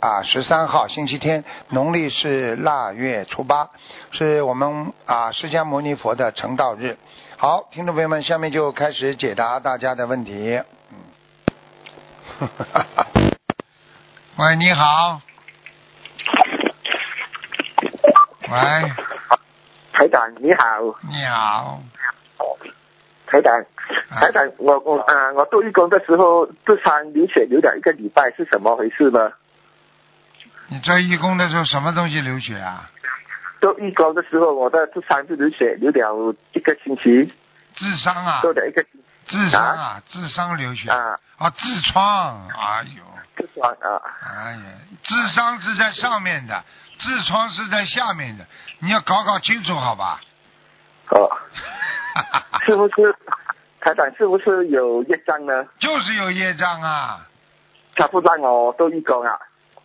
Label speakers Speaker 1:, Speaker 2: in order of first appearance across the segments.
Speaker 1: 啊十三号，星期天，农历是腊月初八，是我们啊释迦牟尼佛的成道日。好，听众朋友们，下面就开始解答大家的问 题。嗯，喂，你好。喂，
Speaker 2: 台长你好，
Speaker 1: 你好，
Speaker 2: 台长，
Speaker 1: 啊
Speaker 2: 台长，我我啊、我做义工的时候智商流血流了一个礼拜，是什么回事呢？
Speaker 1: 你做义工的时候什么东西流血啊？
Speaker 2: 做义工的时候，我的智商就流血流了一个星期，
Speaker 1: 智商啊，
Speaker 2: 做了一个星期
Speaker 1: 智商啊，智商流血
Speaker 2: 啊，
Speaker 1: 啊，痔疮，哎呦，
Speaker 2: 就算啊，
Speaker 1: 哎呀，智商是在上面的，痔疮是在下面的，你要搞搞清楚好吧？
Speaker 2: 哦，
Speaker 1: 啊
Speaker 2: 是不是台长是不是有业障呢？
Speaker 1: 就是有业障啊，
Speaker 2: 他不让我做义工啊，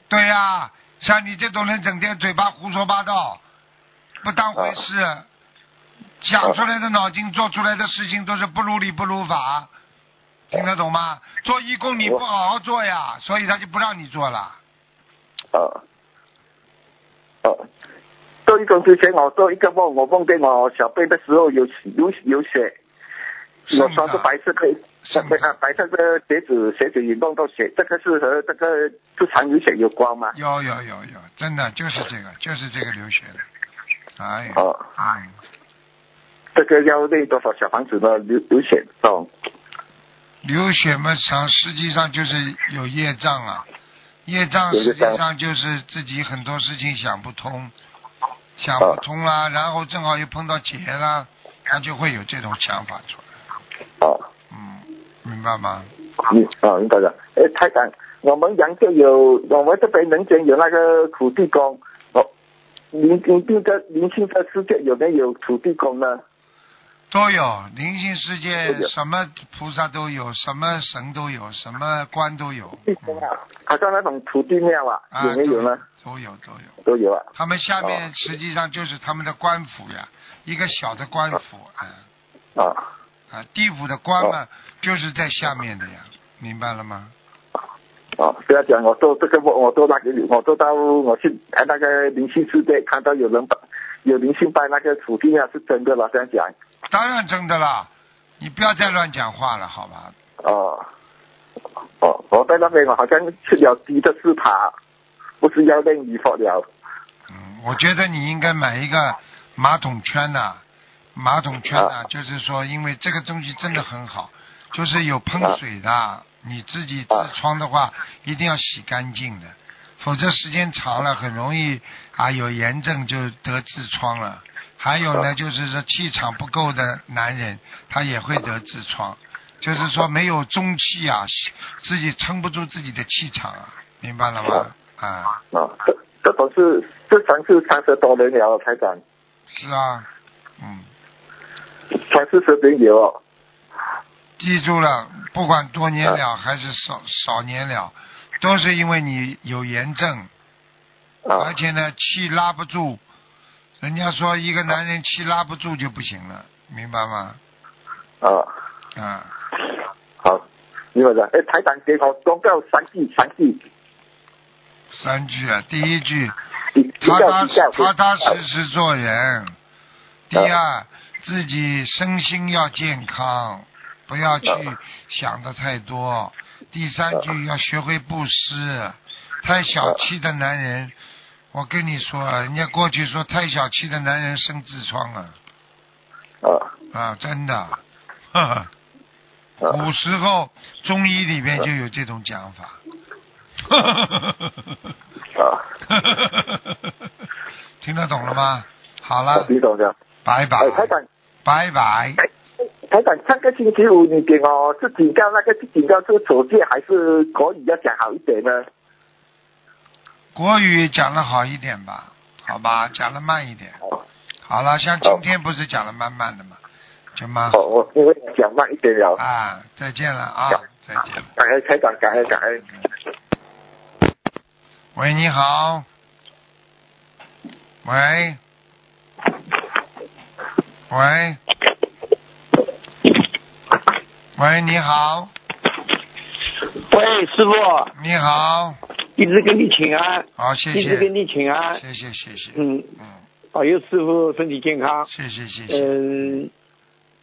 Speaker 1: 对呀、像你这种人整天嘴巴胡说八道，不当回事，想出来的脑筋做出来的事情都是不如理不如法，听得懂吗？做义工你不好好做呀，所以他就不让你做了。
Speaker 2: 哦，哦。做义工之前，我做一个梦，我梦见我小便的时候有有有血，我穿着白色可以
Speaker 1: 什么
Speaker 2: 白啊白色的鞋子，鞋子也弄到血，这个是和这个自肠流血有关吗？
Speaker 1: 有有有有，真的就是这个，就是这个流血的。哎呀，
Speaker 2: 哦，
Speaker 1: 哎，
Speaker 2: 这个要那多少小房子呢？流流血哦，
Speaker 1: 流血嘛，上实际上就是有业障啊，业障实际上就是自己很多事情想不通，想
Speaker 2: 啊
Speaker 1: 不通啦，然后正好又碰到劫啦，他就会有这种想法出来。
Speaker 2: 哦，
Speaker 1: 嗯，明白吗？
Speaker 2: 嗯，哦，明白了。哎，台长，我们杨家有，我们这边人间有那个土地公，哦，您您这个您现在世界有没有土地公呢？
Speaker 1: 都有灵性世
Speaker 2: 都
Speaker 1: 界，
Speaker 2: 有
Speaker 1: 什么菩萨都有，什么神都有，什么官都有，
Speaker 2: 地公啊，好像那种土地庙啊，
Speaker 1: 嗯啊，
Speaker 2: 有没有呢？
Speaker 1: 都有？都有都有。
Speaker 2: 都有啊。
Speaker 1: 他们下面
Speaker 2: 哦
Speaker 1: 实际上就是他们的官府呀，一个小的官府，啊
Speaker 2: 啊，
Speaker 1: 啊，地府的官嘛，就是在下面的呀，明白了吗？
Speaker 2: 哦，不要讲，我做这个梦，我做那个，我做到我去哎那个灵性世界，看到有人拜，有灵性拜那个土地啊，是真的了，这样讲。
Speaker 1: 当然真的啦，你不要再乱讲话了，好吧？
Speaker 2: 哦，哦，我在那边我好像吃了鸡的四塔，不是要练衣服了。
Speaker 1: 嗯，我觉得你应该买一个马桶圈呐、马桶圈呐、就是说，因为这个东西真的很好，就是有喷水的，你自己痔疮的话一定要洗干净的，否则时间长了很容易啊有炎症就得痔疮了。还有呢，就是说气场不够的男人，他也会得痔疮，就是说没有中气啊，自己撑不住自己的气场啊，明白了吗？啊，
Speaker 2: 哦，这这种是这常是三十多年了，台长，
Speaker 1: 是啊，嗯。
Speaker 2: 三四十年有哦。
Speaker 1: 记住了，不管多年了还是少少年了，都是因为你有炎症，
Speaker 2: 啊
Speaker 1: 而且呢气拉不住。人家说一个男人气拉不住就不行了，明白吗？
Speaker 2: 啊，
Speaker 1: 啊，
Speaker 2: 好，明白了。哎，台长给我公告三句，三句，
Speaker 1: 三句啊，第一句
Speaker 2: 低
Speaker 1: 踏踏
Speaker 2: 调低调，
Speaker 1: 踏踏实实做人，
Speaker 2: 嗯
Speaker 1: 第二自己身心要健康，不要去
Speaker 2: 啊
Speaker 1: 想的太多。第三
Speaker 2: 嗯
Speaker 1: 句要学会布施，太小气的男人，我跟你说啊，人家过去说太小气的男人生痔疮啊
Speaker 2: 啊
Speaker 1: 啊，真的， 呵
Speaker 2: 嗯
Speaker 1: 呵
Speaker 2: 啊
Speaker 1: 古时候中医里面就有这种讲法。
Speaker 2: 嗯
Speaker 1: 呵呵呵呵呵呵
Speaker 2: 啊，
Speaker 1: 听得懂了吗？好
Speaker 2: 我
Speaker 1: 了，
Speaker 2: 听啊懂了。
Speaker 1: 拜拜，
Speaker 2: 嗯哎，台长，
Speaker 1: 拜拜。
Speaker 2: 台长，上个星期五你给我是警告那个警告是左戒还是国语要讲好一点呢？
Speaker 1: 国语讲的好一点吧，好吧，讲的慢一点。
Speaker 2: 哦
Speaker 1: 好了，像今天不是讲的慢慢的嘛，行吗？
Speaker 2: 哦，我因为讲慢一点了。
Speaker 1: 啊，再见了啊，再见。
Speaker 2: 感恩台长，感恩感恩。
Speaker 1: 喂，你好。喂。喂。喂，你好，
Speaker 3: 喂，师傅，
Speaker 1: 你好，
Speaker 3: 一直跟你请安，
Speaker 1: 好，嗯谢
Speaker 3: 一直跟
Speaker 1: 谢，
Speaker 3: 你请安。
Speaker 1: 谢谢，谢谢，
Speaker 3: 嗯，
Speaker 1: 嗯，
Speaker 3: 保佑师傅身体健康。
Speaker 1: 谢谢，谢谢。
Speaker 3: 嗯，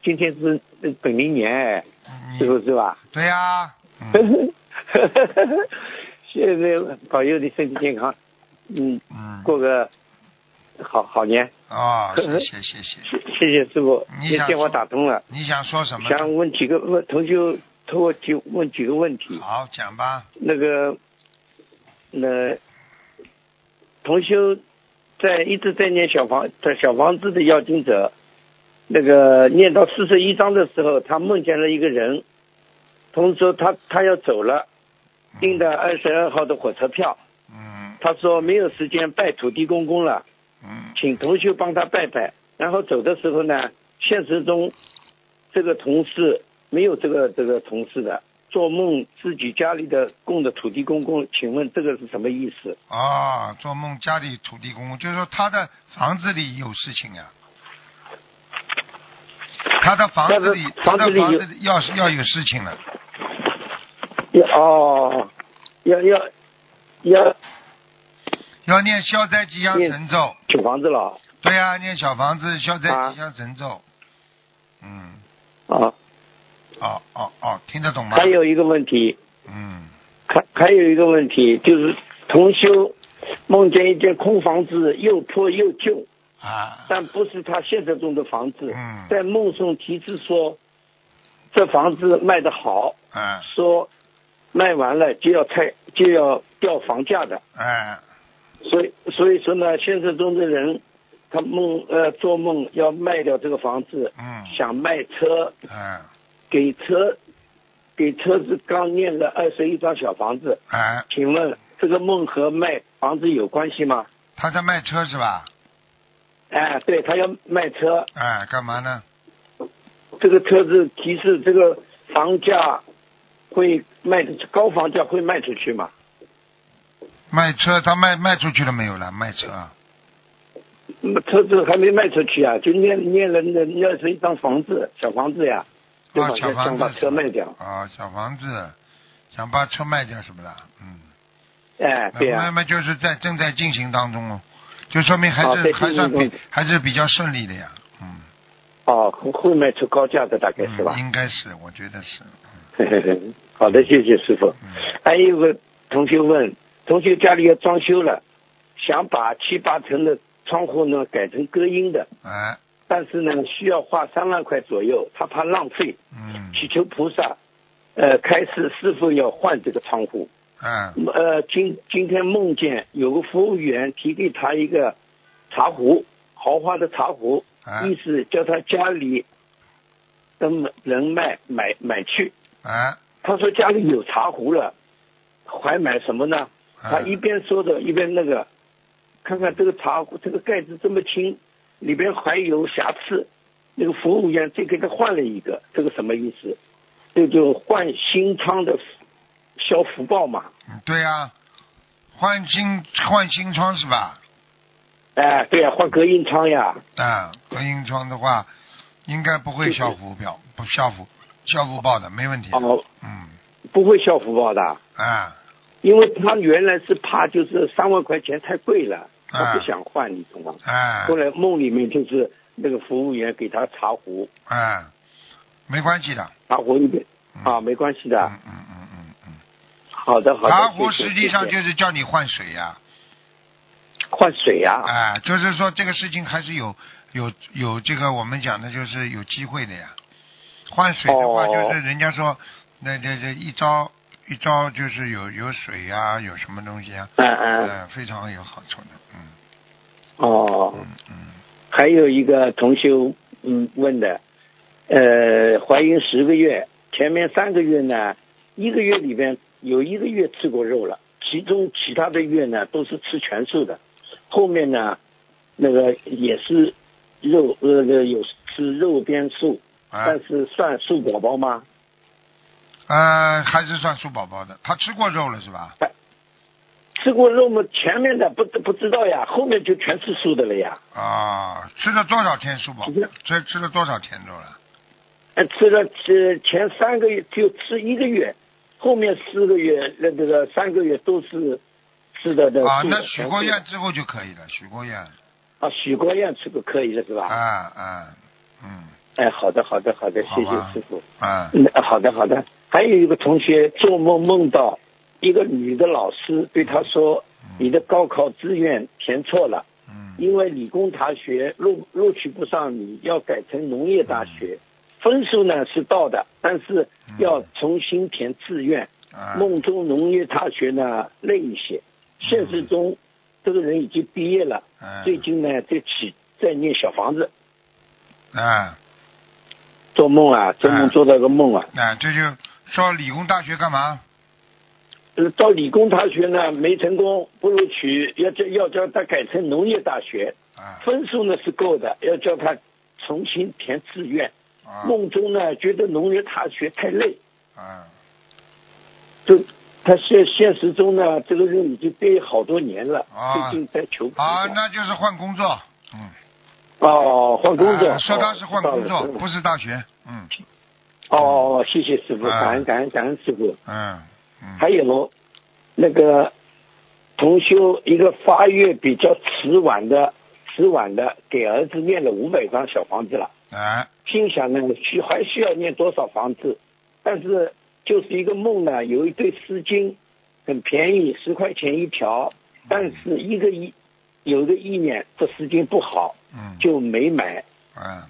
Speaker 3: 今天是呃本命年哎，
Speaker 1: 你
Speaker 3: 师傅是吧？
Speaker 1: 对呀，嗯
Speaker 3: 现在保佑你身体健康，嗯，
Speaker 1: 嗯，
Speaker 3: 过个好好年。
Speaker 1: 哦，谢谢，谢谢。
Speaker 3: 谢谢谢师傅，
Speaker 1: 你
Speaker 3: 也
Speaker 1: 想
Speaker 3: 电话
Speaker 1: 说
Speaker 3: 打通了，
Speaker 1: 你想说什么呢？
Speaker 3: 想问几个问，同学托我提问几个问题。
Speaker 1: 好，讲吧。
Speaker 3: 那个，那同修在一直在念小房在小房子的要经者，那个念到四十一章的时候，他梦见了一个人，同时说他他要走了，订的二十二号的火车票，
Speaker 1: 嗯
Speaker 3: 他说没有时间拜土地公公了，
Speaker 1: 嗯
Speaker 3: 请同修帮他拜拜。然后走的时候呢，现实中这个同事没有这个这个同事的，做梦自己家里的供的土地公公，请问这个是什么意思？
Speaker 1: 哦，做梦家里土地公公，就是说他的房子里有事情啊。他的房子里，他
Speaker 3: 他
Speaker 1: 的
Speaker 3: 的房子里
Speaker 1: 房
Speaker 3: 有
Speaker 1: 子里要是要有事情了，
Speaker 3: 要哦，要要要
Speaker 1: 要念消灾吉祥
Speaker 3: 念
Speaker 1: 神咒。
Speaker 3: 取房子了
Speaker 1: 对呀、念小房子消灾
Speaker 3: 嗯啊
Speaker 1: 吉祥神咒。嗯，
Speaker 3: 啊！
Speaker 1: 哦哦哦，听得懂吗
Speaker 3: 还？有一个问题，
Speaker 1: 嗯，
Speaker 3: 还还有一个问题就是同修梦见一间空房子，又破又旧，
Speaker 1: 啊，
Speaker 3: 但不是他现实中的房子。
Speaker 1: 嗯
Speaker 3: 在梦中提示说，这房子卖得好，
Speaker 1: 哎
Speaker 3: 说卖完了就要拆，就要掉房价的。
Speaker 1: 哎，
Speaker 3: 所以所以说呢，现实中的人，他梦呃做梦要卖掉这个房子，
Speaker 1: 嗯，
Speaker 3: 想卖车，
Speaker 1: 哎
Speaker 3: 给车给车子刚念了二十一张小房子，
Speaker 1: 哎，
Speaker 3: 请问这个梦和卖房子有关系吗？
Speaker 1: 他在卖车是吧？
Speaker 3: 哎，对他要卖车，
Speaker 1: 哎，干嘛呢？
Speaker 3: 这个车子提示这个房价会卖出去，高房价会卖出去嘛？
Speaker 1: 卖车，他卖卖出去了没有了？卖车啊，
Speaker 3: 那么车子还没卖出去啊，就念念了那那是一张房子，小房子呀，对
Speaker 1: 啊，
Speaker 3: 吧？
Speaker 1: 小
Speaker 3: 想
Speaker 1: 房
Speaker 3: 把
Speaker 1: 子
Speaker 3: 车卖掉，
Speaker 1: 啊，小房子，想把车卖掉是不啦？嗯，
Speaker 3: 哎，对
Speaker 1: 那
Speaker 3: 呀、
Speaker 1: 么就是在正在进行当中哦，就说明还
Speaker 3: 哦
Speaker 1: 是
Speaker 3: 在
Speaker 1: 还
Speaker 3: 进行
Speaker 1: 算比
Speaker 3: 中
Speaker 1: 还是比较顺利的呀，嗯，
Speaker 3: 哦，会会卖出高价的大概是吧
Speaker 1: 嗯？应该是，我觉得是，
Speaker 3: 好的，谢谢师
Speaker 1: 嗯
Speaker 3: 傅。还有个同学问，同学家里要装修了，想把七八层的窗户呢改成隔音的，
Speaker 1: 哎，
Speaker 3: 但是呢需要花三万块左右，他怕浪费，
Speaker 1: 嗯，
Speaker 3: 祈求菩萨，呃，开示是否要换这个窗户？
Speaker 1: 哎，
Speaker 3: 呃，今今天梦见有个服务员提给他一个茶壶，豪华的茶壶，
Speaker 1: 哎
Speaker 3: 意，思叫他家里的人脉买买去。
Speaker 1: 哎，
Speaker 3: 他说家里有茶壶了，还买什么呢？他
Speaker 1: 哎，
Speaker 3: 一边说着一边那个，看看这个茶壶这个盖子这么轻，里边还有瑕疵，那个服务员再给他换了一个，这个什么意思？这就换新仓的消福报嘛。
Speaker 1: 嗯对呀、换新换新窗是吧？
Speaker 3: 哎，对呀、换隔音仓呀。
Speaker 1: 啊，隔音窗的话，应该不会
Speaker 3: 就是
Speaker 1: 消福表不消福消福报的，没问题的。
Speaker 3: 哦，
Speaker 1: 嗯，
Speaker 3: 不会消福报的，
Speaker 1: 啊，
Speaker 3: 因为他原来是怕就是三万块钱太贵了，他不
Speaker 1: 啊
Speaker 3: 想换，你懂吗？
Speaker 1: 啊
Speaker 3: 后来梦里面就是那个服务员给他茶壶，
Speaker 1: 啊，没关系的。
Speaker 3: 茶壶一边
Speaker 1: 嗯
Speaker 3: 啊，没关系的。
Speaker 1: 嗯嗯嗯嗯嗯，
Speaker 3: 好的，好的。
Speaker 1: 茶壶
Speaker 3: 谢谢
Speaker 1: 实际上
Speaker 3: 谢谢
Speaker 1: 就是叫你换水呀、
Speaker 3: 换水呀、
Speaker 1: 啊，就是说这个事情还是有有有这个我们讲的就是有机会的呀。换水的话，
Speaker 3: 哦
Speaker 1: 就是人家说那这这一招一招就是有有水呀、有什么东西啊，
Speaker 3: 嗯嗯，
Speaker 1: 嗯，非常有好处的，嗯
Speaker 3: 哦，
Speaker 1: 嗯嗯，
Speaker 3: 还有一个同修嗯问的，呃，怀孕十个月，前面三个月呢，一个月里边有一个月吃过肉了，其中其他的月呢都是吃全素的，后面呢那个也是肉呃有吃肉边素，
Speaker 1: 哎
Speaker 3: 但，是算素宝宝吗？
Speaker 1: 呃，还是算猪宝宝的。他吃过肉了是吧？
Speaker 3: 吃过肉吗？前面的不知不知道呀，后面就全是素的了呀。
Speaker 1: 啊，吃了多少天猪宝
Speaker 3: 不是？
Speaker 1: 这吃了多少天肉了？
Speaker 3: 呃，吃了吃前三个月就吃一个月，后面四个月那这个三个月都是吃的呃的素的。
Speaker 1: 啊，那许
Speaker 3: 全
Speaker 1: 过
Speaker 3: 素
Speaker 1: 愿
Speaker 3: 的
Speaker 1: 之后就可以了，许过愿。
Speaker 3: 啊，许过愿吃过可以了是吧？
Speaker 1: 啊啊，嗯
Speaker 3: 哎，好的，好的，好的，
Speaker 1: 好
Speaker 3: 谢谢
Speaker 1: 吧
Speaker 3: 师傅。
Speaker 1: 啊
Speaker 3: 嗯，好的好的。还有一个同学做梦梦到一个女的老师对他说：“你的高考志愿填错了，
Speaker 1: 嗯
Speaker 3: 因为理工大学录录取不上你，要改成农业大
Speaker 1: 嗯
Speaker 3: 学。分数呢是到的，但是要重新填志愿。
Speaker 1: 啊，
Speaker 3: 梦中农业大学呢累一些，现实中这个人已经毕业了，
Speaker 1: 嗯
Speaker 3: 最近呢在起在念小房子，
Speaker 1: 啊
Speaker 3: 做梦啊，做
Speaker 1: 嗯
Speaker 3: 梦做到个梦啊。”
Speaker 1: 啊，这就说理工大学干嘛？
Speaker 3: 呃，到理工大学呢没成功，不录取，要叫要叫他改成农业大学，
Speaker 1: 啊
Speaker 3: 分数呢是够的，要叫他重新填志愿。
Speaker 1: 啊
Speaker 3: 梦中呢觉得农业大学太累，
Speaker 1: 啊
Speaker 3: 就他现现实中呢这个人已经毕业好多年了，
Speaker 1: 啊
Speaker 3: 最近在求职
Speaker 1: 啊，那就是换工作。嗯，
Speaker 3: 哦换工作，
Speaker 1: 啊说他是换工
Speaker 3: 哦
Speaker 1: 作，
Speaker 3: 知道
Speaker 1: 不
Speaker 3: 了
Speaker 1: 是大学。嗯
Speaker 3: 哦，谢谢师傅，
Speaker 1: 啊
Speaker 3: 感恩感恩感恩师傅。
Speaker 1: 嗯嗯
Speaker 3: 还有那个同修一个发育比较迟晚的，迟晚的给儿子念了五百张小房子了，
Speaker 1: 哎
Speaker 3: 心想呢需还需要念多少房子，但是就是一个梦呢，有一对丝巾很便宜，十块钱一
Speaker 1: 嗯
Speaker 3: 条，但是一个意有一个意念这丝巾不好，
Speaker 1: 嗯
Speaker 3: 就没买，
Speaker 1: 嗯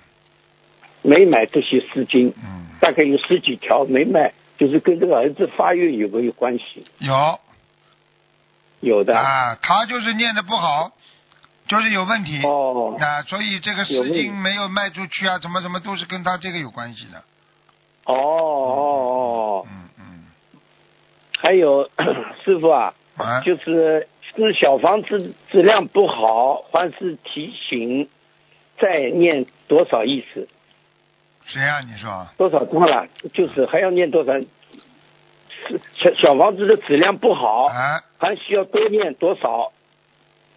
Speaker 3: 没买这些丝巾，
Speaker 1: 嗯，
Speaker 3: 大概有十几条没买，就是跟这个儿子发育有没有关系？啊
Speaker 1: 有
Speaker 3: 有的。
Speaker 1: 啊，他就是念的不好，就是有问题。
Speaker 3: 哦，
Speaker 1: 啊，所以这个
Speaker 3: 有
Speaker 1: 事
Speaker 3: 问题
Speaker 1: 情没有卖出去啊，什么什么都是跟他这个有关系的。
Speaker 3: 哦哦哦，
Speaker 1: 嗯嗯，
Speaker 3: 还有 师傅啊，
Speaker 1: 啊，
Speaker 3: 就是是小房子质量不好，还是提醒再念多少意思？
Speaker 1: 谁呀、你说
Speaker 3: 多少张了？就是还要念多少？是小小房子的质量不好，
Speaker 1: 啊，
Speaker 3: 还需要多念多少？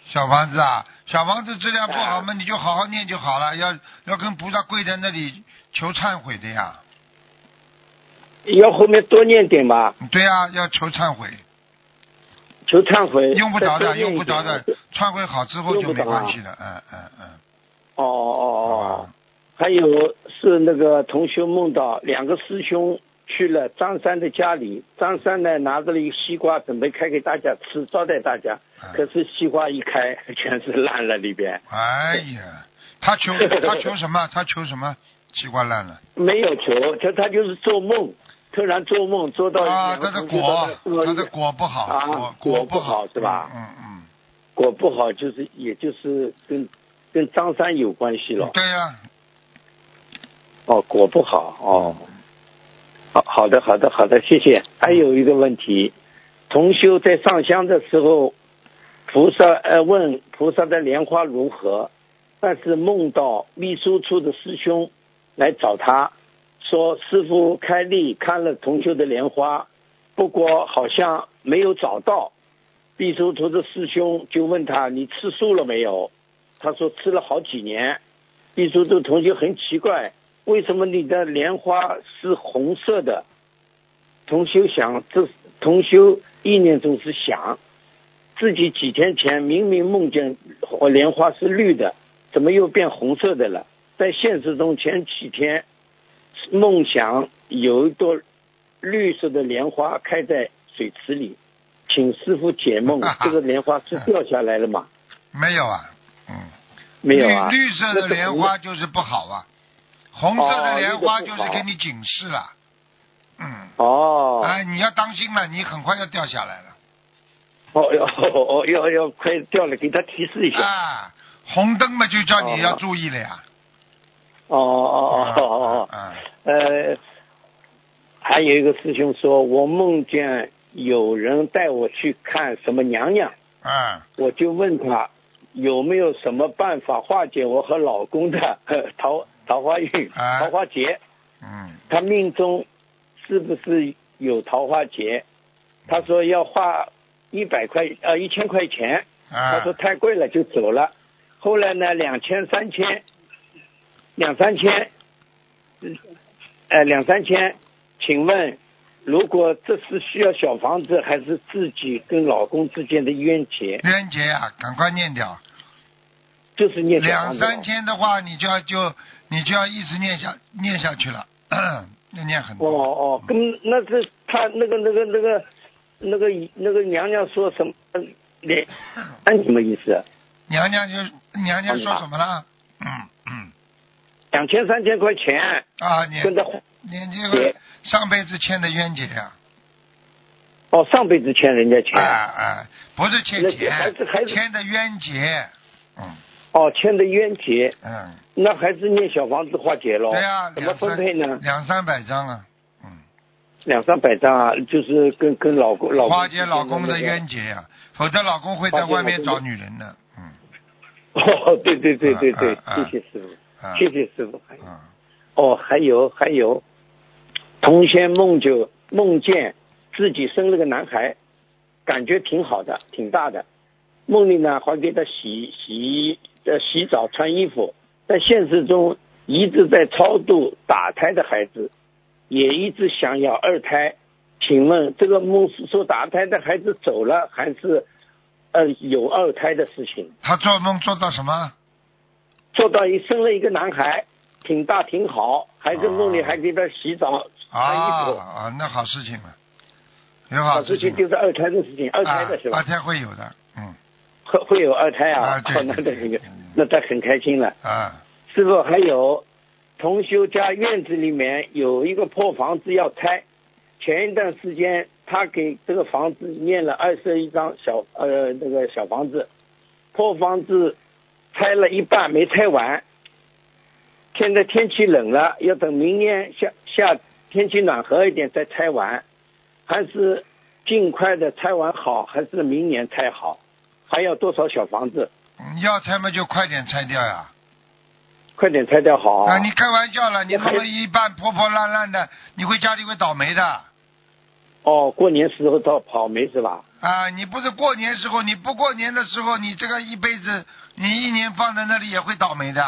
Speaker 1: 小房子啊，小房子质量不好
Speaker 3: 啊
Speaker 1: 嘛，你就好好念就好了，要要跟菩萨跪在那里求忏悔的呀。
Speaker 3: 要后面多念点吧，
Speaker 1: 对呀、要求忏悔，
Speaker 3: 求忏悔。
Speaker 1: 用不着
Speaker 3: 再多
Speaker 1: 的，
Speaker 3: 念
Speaker 1: 用
Speaker 3: 一
Speaker 1: 不
Speaker 3: 点
Speaker 1: 着的。，忏悔好之后就
Speaker 3: 用不
Speaker 1: 没
Speaker 3: 着啊
Speaker 1: 关系了。嗯嗯嗯，
Speaker 3: 哦哦
Speaker 1: 好
Speaker 3: 哦
Speaker 1: 吧。
Speaker 3: 还有是那个同学梦到两个师兄去了张三的家里，张三呢拿着了一个西瓜准备开给大家吃，招待大家
Speaker 1: 嗯。
Speaker 3: 可是西瓜一开，全是烂了里边，
Speaker 1: 哎呀，他求他求什么？他求什么？西瓜烂了
Speaker 3: 没有球，他他就是做梦，突然做梦做到
Speaker 1: 啊！他
Speaker 3: 两个
Speaker 1: 的
Speaker 3: 同学到
Speaker 1: 果
Speaker 3: 那，
Speaker 1: 他的果不好，
Speaker 3: 啊
Speaker 1: 果
Speaker 3: 果
Speaker 1: 不
Speaker 3: 不好是吧
Speaker 1: 嗯嗯。嗯
Speaker 3: 果不好，就是也就是跟跟张三有关系了。
Speaker 1: 对呀、，
Speaker 3: 哦，果不好哦。好好的，好的，好的，谢谢。还有一个问题，同修在上香的时候，菩萨呃问菩萨的莲花如何，但是梦到秘书处的师兄来找他，说师傅开立看了同修的莲花，不过好像没有找到。秘书处的师兄就问他：“你吃素了没有？”他说：“吃了好几年。”秘书处同学很奇怪，为什么你的莲花是红色的？同修想，这同修意念中是想，自己几天前明明梦见我莲花是绿的，怎么又变红色的了？在现实中前几天梦想有一朵绿色的莲花开在水池里，请师傅解梦 这个莲花是掉下来了吗？
Speaker 1: 没有啊，嗯，
Speaker 3: 没有啊，
Speaker 1: 绿绿色的
Speaker 3: 那是
Speaker 1: 莲
Speaker 3: 红
Speaker 1: 花就是不好啊，红色的
Speaker 3: 哦
Speaker 1: 莲花就
Speaker 3: 绿
Speaker 1: 是
Speaker 3: 的不好
Speaker 1: 给你警示了，嗯，
Speaker 3: 哦，
Speaker 1: 哎，你要当心了，你很快要掉下来了
Speaker 3: 哦要哦要要快掉了，给他提示一下。
Speaker 1: 啊，红灯嘛就叫
Speaker 3: 哦
Speaker 1: 你要注意了呀，
Speaker 3: 哦哦哦哦哦哦，
Speaker 1: 啊，
Speaker 3: 呃，还有一个师兄说，我梦见有人带我去看什么娘娘，
Speaker 1: 啊，
Speaker 3: 我就问他有没 有什么办法化解我和老公的呵桃桃花运、
Speaker 1: 啊
Speaker 3: 桃花劫。
Speaker 1: 啊
Speaker 3: 他命中是不是有桃花劫？他说要花一百块呃一千块钱，
Speaker 1: 啊
Speaker 3: 他说太贵了就走了。后来呢，两千、三千，两三千，嗯呃，两三千，请问，如果这是需要小房子，还是自己跟老公之间的冤结？
Speaker 1: 冤结啊，赶快念掉。
Speaker 3: 就是念小房
Speaker 1: 两
Speaker 3: 子
Speaker 1: 三。千的话，你就要就你就要一直念下念下去了， 要念很
Speaker 3: 哦
Speaker 1: 多。
Speaker 3: 哦，跟那是他那个那个那个那个那个娘娘说什么？连那你什么意思啊？
Speaker 1: 娘娘就娘娘说什么了？嗯嗯
Speaker 3: 两千三千块钱
Speaker 1: 啊，你
Speaker 3: 跟他
Speaker 1: 你这个上辈子欠的冤结呀、
Speaker 3: 哦上辈子欠人家钱
Speaker 1: 啊，啊，不是欠
Speaker 3: 那
Speaker 1: 钱
Speaker 3: 这还是还，是
Speaker 1: 欠的冤结。嗯
Speaker 3: 哦欠的冤结，
Speaker 1: 嗯，
Speaker 3: 那还是念小房子化解喽？
Speaker 1: 对呀、
Speaker 3: 哦怎么
Speaker 1: 两
Speaker 3: 分
Speaker 1: 三
Speaker 3: 配呢？
Speaker 1: 两三百张啊，嗯。
Speaker 3: 两三百张啊，就是跟跟老公老公
Speaker 1: 化解老公的冤结呀、否则老公会在外面找女人的。嗯
Speaker 3: 哦，对对对对对，
Speaker 1: 嗯嗯
Speaker 3: 谢谢师
Speaker 1: 嗯
Speaker 3: 傅，谢谢师傅。
Speaker 1: 嗯，
Speaker 3: 哦，还有还有，童仙梦就梦见自己生了个男孩，感觉挺好的，挺大的。梦里呢还给他洗洗衣呃洗澡穿衣服，在现实中一直在超度打胎的孩子，也一直想要二胎。请问这个梦是说打胎的孩子走了，还是呃有二胎的事情？
Speaker 1: 他做梦做到什么？
Speaker 3: 做到一生了一个男孩，挺大挺好，还在梦里还给他洗澡、穿衣
Speaker 1: 啊
Speaker 3: 服，
Speaker 1: 啊，那好事情了，有
Speaker 3: 好
Speaker 1: 好
Speaker 3: 事
Speaker 1: 事
Speaker 3: 情
Speaker 1: 情，
Speaker 3: 就是二胎的事情，二胎的是
Speaker 1: 啊，
Speaker 3: 吧
Speaker 1: 二？胎会有的，嗯
Speaker 3: 会会有二胎啊
Speaker 1: 啊？对
Speaker 3: 哦，那这个
Speaker 1: 嗯
Speaker 3: 那他很开心了。
Speaker 1: 啊
Speaker 3: 师傅还有，同修家院子里面有一个破房子要拆，前一段时间他给这个房子念了二十一张小呃那个小房子，破房子拆了一半没拆完，现在天气冷了，要等明年夏夏天气暖和一点再拆完，还是尽快的拆完好，还是明年拆好？还要多少小房子？
Speaker 1: 嗯要拆嘛就快点拆掉呀！
Speaker 3: 快点拆掉好。
Speaker 1: 啊，你开玩笑了，你
Speaker 3: 我还
Speaker 1: 弄了一半破破烂烂的，你会家里会倒霉的
Speaker 3: 哦，过年时候到跑没是吧？
Speaker 1: 啊！你不是过年时候，你不过年的时候，你这个一辈子，你一年放在那里也会倒霉的。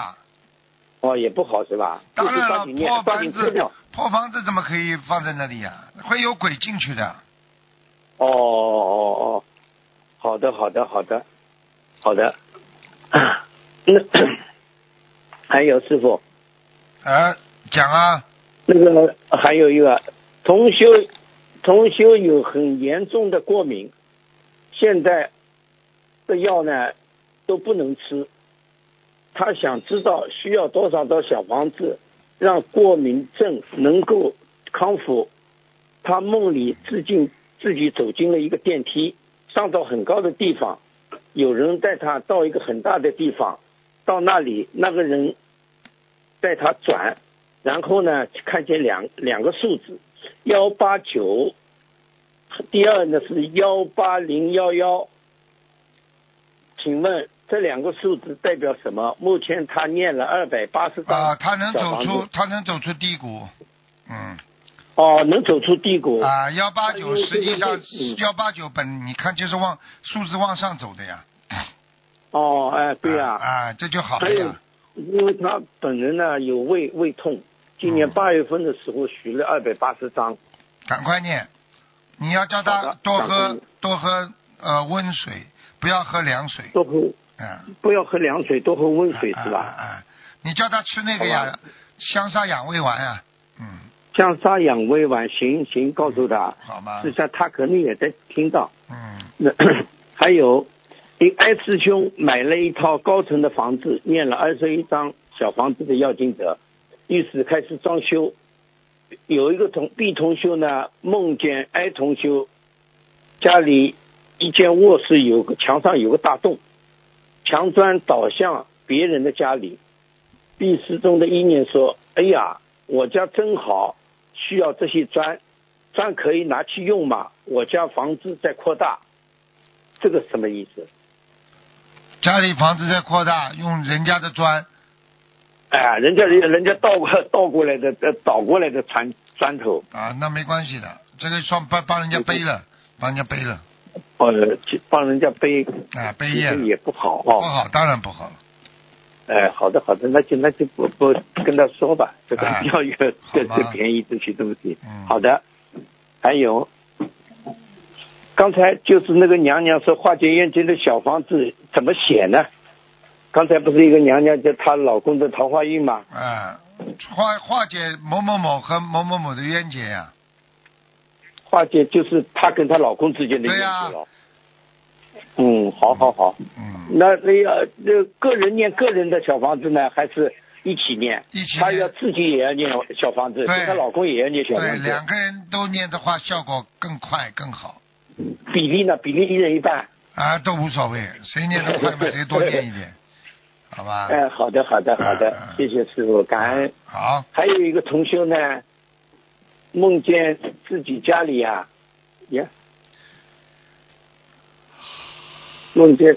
Speaker 3: 哦，也不好是吧？
Speaker 1: 当然
Speaker 3: 就是抓
Speaker 1: 了，
Speaker 3: 紧念
Speaker 1: 破，
Speaker 3: 抓
Speaker 1: 房
Speaker 3: 紧吃掉
Speaker 1: 子。破房子怎么可以放在那里呀、会有鬼进去的。
Speaker 3: 哦哦哦，好的好的好的好的。 啊那 还有师傅，
Speaker 1: 啊，讲啊，
Speaker 3: 那个还有一个同修，同修有很严重的过敏，现在的药呢都不能吃。他想知道需要多少套小房子，让过敏症能够康复。他梦里自尽，自己走进了一个电梯，上到很高的地方，有人带他到一个很大的地方，到那里那个人带他转，然后呢，看见两两个数字，幺八九，第二呢是幺八零幺幺。请问这两个数字代表什么？目前他念了二百八十
Speaker 1: 啊，
Speaker 3: 张
Speaker 1: 他能
Speaker 3: 小
Speaker 1: 走
Speaker 3: 房
Speaker 1: 出
Speaker 3: 子，
Speaker 1: 他能走出低谷，嗯，
Speaker 3: 哦，能走出低谷。
Speaker 1: 啊，幺八九
Speaker 3: 因为
Speaker 1: 实际上
Speaker 3: 这嗯
Speaker 1: 幺八九本，你看就是往数字往上走的呀，
Speaker 3: 哦，哎，对呀、
Speaker 1: 啊，啊，这就好
Speaker 3: 还
Speaker 1: 了
Speaker 3: 有
Speaker 1: 呀，，
Speaker 3: 因为他本人呢有胃胃痛，今
Speaker 1: 嗯
Speaker 3: 年八月份的时候许了二百八十张。
Speaker 1: 赶快念，你要叫
Speaker 3: 好
Speaker 1: 他
Speaker 3: 的
Speaker 1: 多
Speaker 3: 赶
Speaker 1: 喝
Speaker 3: 快
Speaker 1: 多喝呃温水，不要喝凉水，
Speaker 3: 多喝
Speaker 1: 嗯，
Speaker 3: 不要喝凉水，多喝温水
Speaker 1: 啊
Speaker 3: 是
Speaker 1: 啊
Speaker 3: 吧？
Speaker 1: 啊，你叫他吃那个
Speaker 3: 好
Speaker 1: 呀
Speaker 3: 吧，
Speaker 1: 香砂养胃丸呀，嗯，
Speaker 3: 像沙养胃丸，行行，告诉他，
Speaker 1: 好吗
Speaker 3: 实？际上他肯定也在听到。
Speaker 1: 嗯。
Speaker 3: 那还有，一艾师兄买了一套高层的房子，念了二十一张小房子的要经者，于是开始装修。有一个同 B 同修呢，梦见 A 同修家里一间卧室有个墙上有个大洞，墙砖倒向别人的家里。B 师中的意念说：“哎呀，我家真好，需要这些砖，砖可以拿去用嘛？我家房子在扩大。”这个什么意思？
Speaker 1: 家里房子在扩大，用人家的砖，
Speaker 3: 啊，人家人家倒过 倒过来的，呃，倒过来的砖砖头，
Speaker 1: 啊，那没关系的，这个算帮帮人家背了，帮人家背了，
Speaker 3: 呃，去帮人家背，
Speaker 1: 啊，背
Speaker 3: 其
Speaker 1: 业
Speaker 3: 实
Speaker 1: 了，
Speaker 3: 也不好
Speaker 1: 不
Speaker 3: 哦。
Speaker 1: 好，当然不好了。
Speaker 3: 哎，好的好的，那就那就不不跟他说吧，这个
Speaker 1: 哎
Speaker 3: 要有这
Speaker 1: 好吧
Speaker 3: 这便宜这些东西
Speaker 1: 嗯。
Speaker 3: 好的，还有，刚才就是那个娘娘说化解冤结的小房子怎么写呢？刚才不是一个娘娘叫她老公的桃花运吗？
Speaker 1: 啊，化化解某某某和某某某的冤结呀、
Speaker 3: 化解就是她跟她老公之间的冤
Speaker 1: 对
Speaker 3: 结
Speaker 1: 呀
Speaker 3: 了。嗯，好好好，
Speaker 1: 嗯，
Speaker 3: 那那个那个人念个人的小房子呢，还是一起念？
Speaker 1: 一起念
Speaker 3: 她要自己也要念小房子，
Speaker 1: 对
Speaker 3: 跟她老公也要念小
Speaker 1: 对，
Speaker 3: 房
Speaker 1: 两
Speaker 3: 子。
Speaker 1: 个人都念的话，效果更快更好
Speaker 3: 比例呢？比例一人一半。
Speaker 1: 啊，都无所谓，谁念的快嘛，谁多念一 点，好吧？
Speaker 3: 哎，好的，好的，好的
Speaker 1: 嗯嗯，
Speaker 3: 谢谢师傅，感恩。
Speaker 1: 好，
Speaker 3: 还有一个同修呢，梦见自己家里啊，呀，梦见，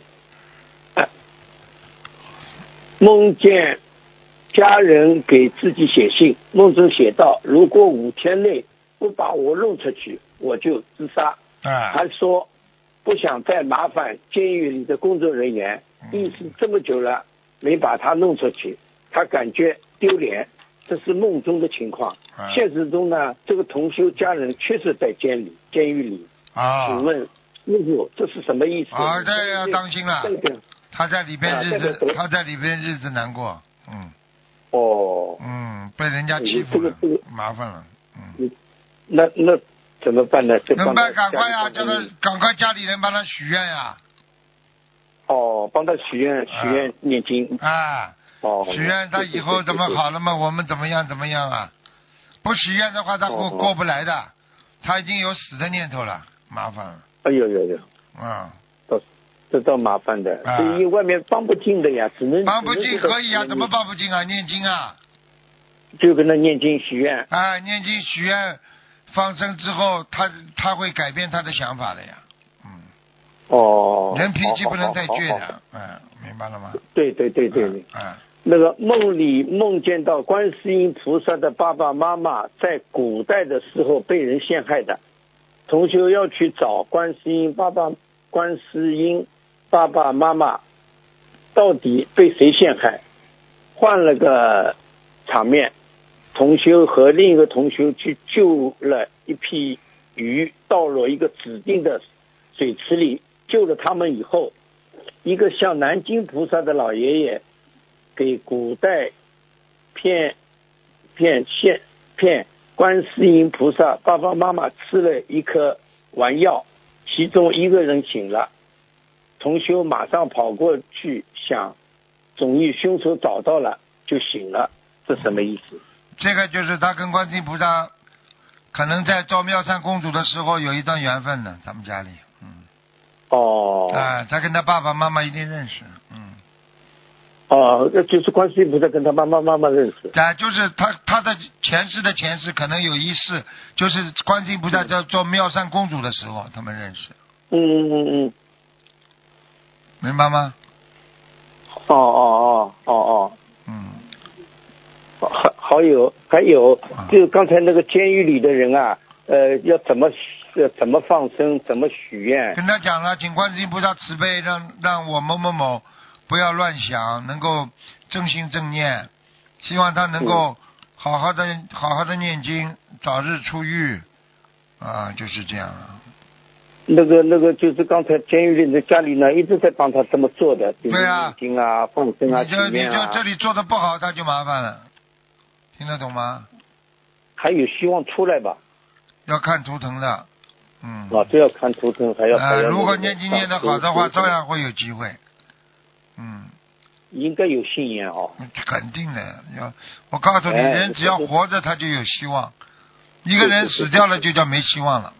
Speaker 3: 啊，梦见家人给自己写信，梦中写道：如果五天内不把我弄出去，我就自杀。
Speaker 1: 啊，
Speaker 3: 还说不想再麻烦监狱里的工作人员，
Speaker 1: 嗯
Speaker 3: 意思这么久了没把他弄出去，他感觉丢脸。这是梦中的情况
Speaker 1: 嗯，
Speaker 3: 现实中呢，这个同修家人确实在监里，监狱里。
Speaker 1: 啊
Speaker 3: 请问师傅，这是什么意思？
Speaker 1: 啊，这要当心了
Speaker 3: 这，个
Speaker 1: 他在里边日
Speaker 3: 啊这个
Speaker 1: 子，他在里边日子难过，嗯
Speaker 3: 哦，
Speaker 1: 嗯，被人家欺负
Speaker 3: 这个
Speaker 1: 了
Speaker 3: 这个，
Speaker 1: 麻烦了，嗯。
Speaker 3: 那那怎么办呢？就
Speaker 1: 能
Speaker 3: 帮
Speaker 1: 办
Speaker 3: 他
Speaker 1: 赶快呀、
Speaker 3: 家
Speaker 1: 叫
Speaker 3: 里帮
Speaker 1: 他
Speaker 3: 他
Speaker 1: 赶快家里人帮他许愿呀、
Speaker 3: 哦，帮他许愿许愿念经
Speaker 1: 啊，
Speaker 3: 哦，
Speaker 1: 许愿他以后怎么好了嘛？我们怎么样怎么样啊？不许愿的话，他过
Speaker 3: 哦哦
Speaker 1: 过不来的，他已经有死的念头了，麻烦了，
Speaker 3: 哎呦呦呦，
Speaker 1: 嗯，
Speaker 3: 这倒麻烦的，
Speaker 1: 啊
Speaker 3: 所以外面帮不进的呀，只能
Speaker 1: 帮不进可以啊，怎么？
Speaker 3: 只能
Speaker 1: 帮不进啊？念经啊，
Speaker 3: 就跟他念经许愿。
Speaker 1: 啊，念经许愿放生之后，他他会改变他的想法的呀，嗯，
Speaker 3: 哦，
Speaker 1: 人脾气不能太倔
Speaker 3: 好。哦好好好
Speaker 1: 的，嗯，明白了吗？
Speaker 3: 对对对对，对
Speaker 1: 嗯，嗯，
Speaker 3: 那个梦里梦见到观世音菩萨的爸爸妈妈在古代的时候被人陷害的，同修要去找观世音爸爸、观世音爸爸妈妈到底被谁陷害，换了个场面，同修和另一个同修去救了一批鱼，到了一个指定的水池里，救了他们以后，一个像南京菩萨的老爷爷给古代骗骗骗骗观世音菩萨爸爸妈妈吃了一颗丸药，其中一个人醒了，同修马上跑过去想，总于凶手找到了就醒了，这什么意思？
Speaker 1: 这个就是他跟观世音菩萨，可能在做妙善公主的时候有一段缘分呢，咱们家里，嗯，
Speaker 3: 哦
Speaker 1: 啊，他跟他爸爸妈妈一定认识，嗯，
Speaker 3: 哦，那就是观世音菩萨跟他妈妈妈妈认识。
Speaker 1: 啊，就是他他的前世的前世可能有一世，就是观世音菩萨在做妙善公主的时候，他们认识，
Speaker 3: 嗯嗯嗯嗯，
Speaker 1: 明白吗？
Speaker 3: 哦哦哦哦哦。
Speaker 1: 嗯，
Speaker 3: 还还有还有
Speaker 1: 啊，
Speaker 3: 就刚才那个监狱里的人啊，呃，要怎么呃怎么放生，怎么许愿？
Speaker 1: 跟他讲了，请观世音菩萨慈悲，让让我某某某不要乱想，能够正心正念，希望他能
Speaker 3: 嗯
Speaker 1: 够好好的、好好的念经，早日出狱，啊，就是这样了。
Speaker 3: 那个那个就是刚才监狱里的家里呢，一直在帮他这么做的，比如
Speaker 1: 对啊
Speaker 3: 念经啊、放生啊、
Speaker 1: 你
Speaker 3: 许
Speaker 1: 这你
Speaker 3: 愿
Speaker 1: 这这
Speaker 3: 啊，
Speaker 1: 里做的不好，他就麻烦了，听得懂吗？
Speaker 3: 还有希望出来吧？
Speaker 1: 要看图腾的，嗯，
Speaker 3: 啊，这要看图腾，还要还
Speaker 1: 呃，
Speaker 3: 要啊
Speaker 1: 如果
Speaker 3: 那个
Speaker 1: 念经念得
Speaker 3: 上
Speaker 1: 好的话，
Speaker 3: 上上
Speaker 1: 照样会有机会，嗯。
Speaker 3: 应该有信念哦。
Speaker 1: 肯定的，要我告诉你，
Speaker 3: 哎
Speaker 1: 人
Speaker 3: 是
Speaker 1: 只要
Speaker 3: 是
Speaker 1: 活着，他就有希望。一个人
Speaker 3: 是是
Speaker 1: 死掉了，就叫没希望了，